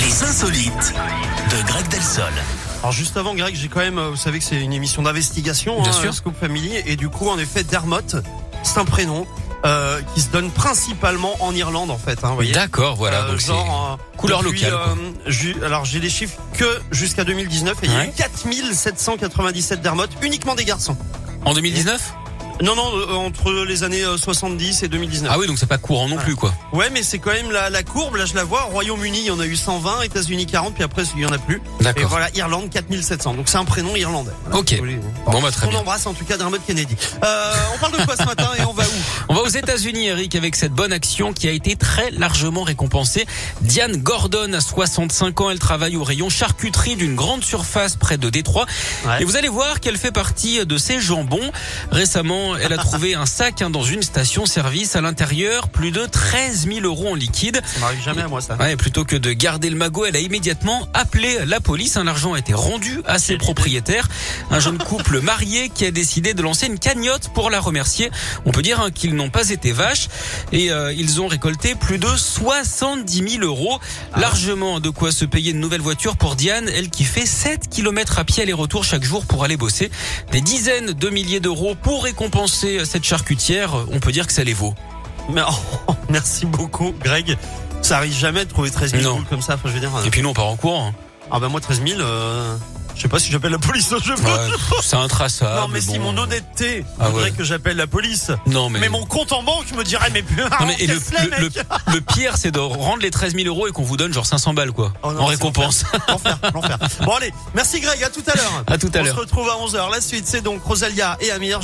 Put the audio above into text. insolites de Greg Delsol. Alors juste avant Greg, j'ai quand même, euh, vous savez que c'est une émission d'investigation, Bien hein, sûr. euh, Scoop Family, et du coup en effet Dermot, c'est un prénom euh, qui se donne principalement en Irlande en fait, hein, vous voyez. D'accord, voilà. Euh, donc c'est- genre euh, couleur depuis, locale, quoi. euh, ju- alors j'ai les chiffres que jusqu'à 2019 et il y a eu Ouais. 4797 Dermot uniquement des garçons. en 2019 Non non euh, entre les années euh, 70 et 2019. Ah oui, donc c'est pas courant non plus, quoi. Ouais mais c'est quand même la, la courbe là je la vois. Au Royaume-Uni il y en a eu 120, États-Unis 40 puis après il y en a plus. Et D'accord. voilà, Irlande 4700. Donc c'est un prénom irlandais. Voilà, Ok. si vous voulez. Bon, bah, très hein. on bien. embrasse en tout cas Dermot Kennedy. Euh, on parle de quoi ce matin et on va où On va aux États-Unis, Eric, avec cette bonne action qui a été très largement récompensée. Diane Gordon, à 65 ans, elle travaille au rayon charcuterie d'une grande surface près de Détroit. Ouais. Et vous allez voir qu'elle fait partie de ces jambons. Récemment, elle a trouvé un sac hein, dans une station-service à l'intérieur, plus de 13 000 euros en liquide. Ça m'arrive jamais à moi ça. Ouais, plutôt que de garder le magot, elle a immédiatement appelé la police. Un L'argent a été rendu à ses propriétaires. Un jeune couple marié qui a décidé de lancer une cagnotte pour la remercier. On peut dire hein, qu'ils n'ont pas été vaches et euh, ils ont récolté plus de 70 000 euros. Ah. Largement de quoi se payer une nouvelle voiture pour Diane, elle qui fait 7 km à pied aller-retour chaque jour pour aller bosser. Des dizaines de milliers d'euros pour récompenser cette charcutière. On peut dire que ça les vaut. Mais oh, merci beaucoup Greg. Ça arrive jamais de trouver 13 000 Non. boules comme ça. Enfin, je veux dire. euh, Et puis nous, on part en courant. hein. Ah bah moi 13 000. euh, je sais pas si j'appelle la police. Je veux. Ouais, pff, c'est intraçable. non mais si bon. mon honnêteté Ah ouais. voudrait que j'appelle la police. Non Mais... mais. mon compte en banque me dirait mais putain, Non, mais et le, encaisse-les, le- mec. le- le pire, c'est de rendre les 13 000 euros et qu'on vous donne genre 500 balles, quoi. Oh non, en c'est récompense. L'enfer, l'enfer. Bon allez, merci Greg. À tout à l'heure. À tout à On l'heure. se retrouve à 11 h La suite c'est donc Rosalia et Amir.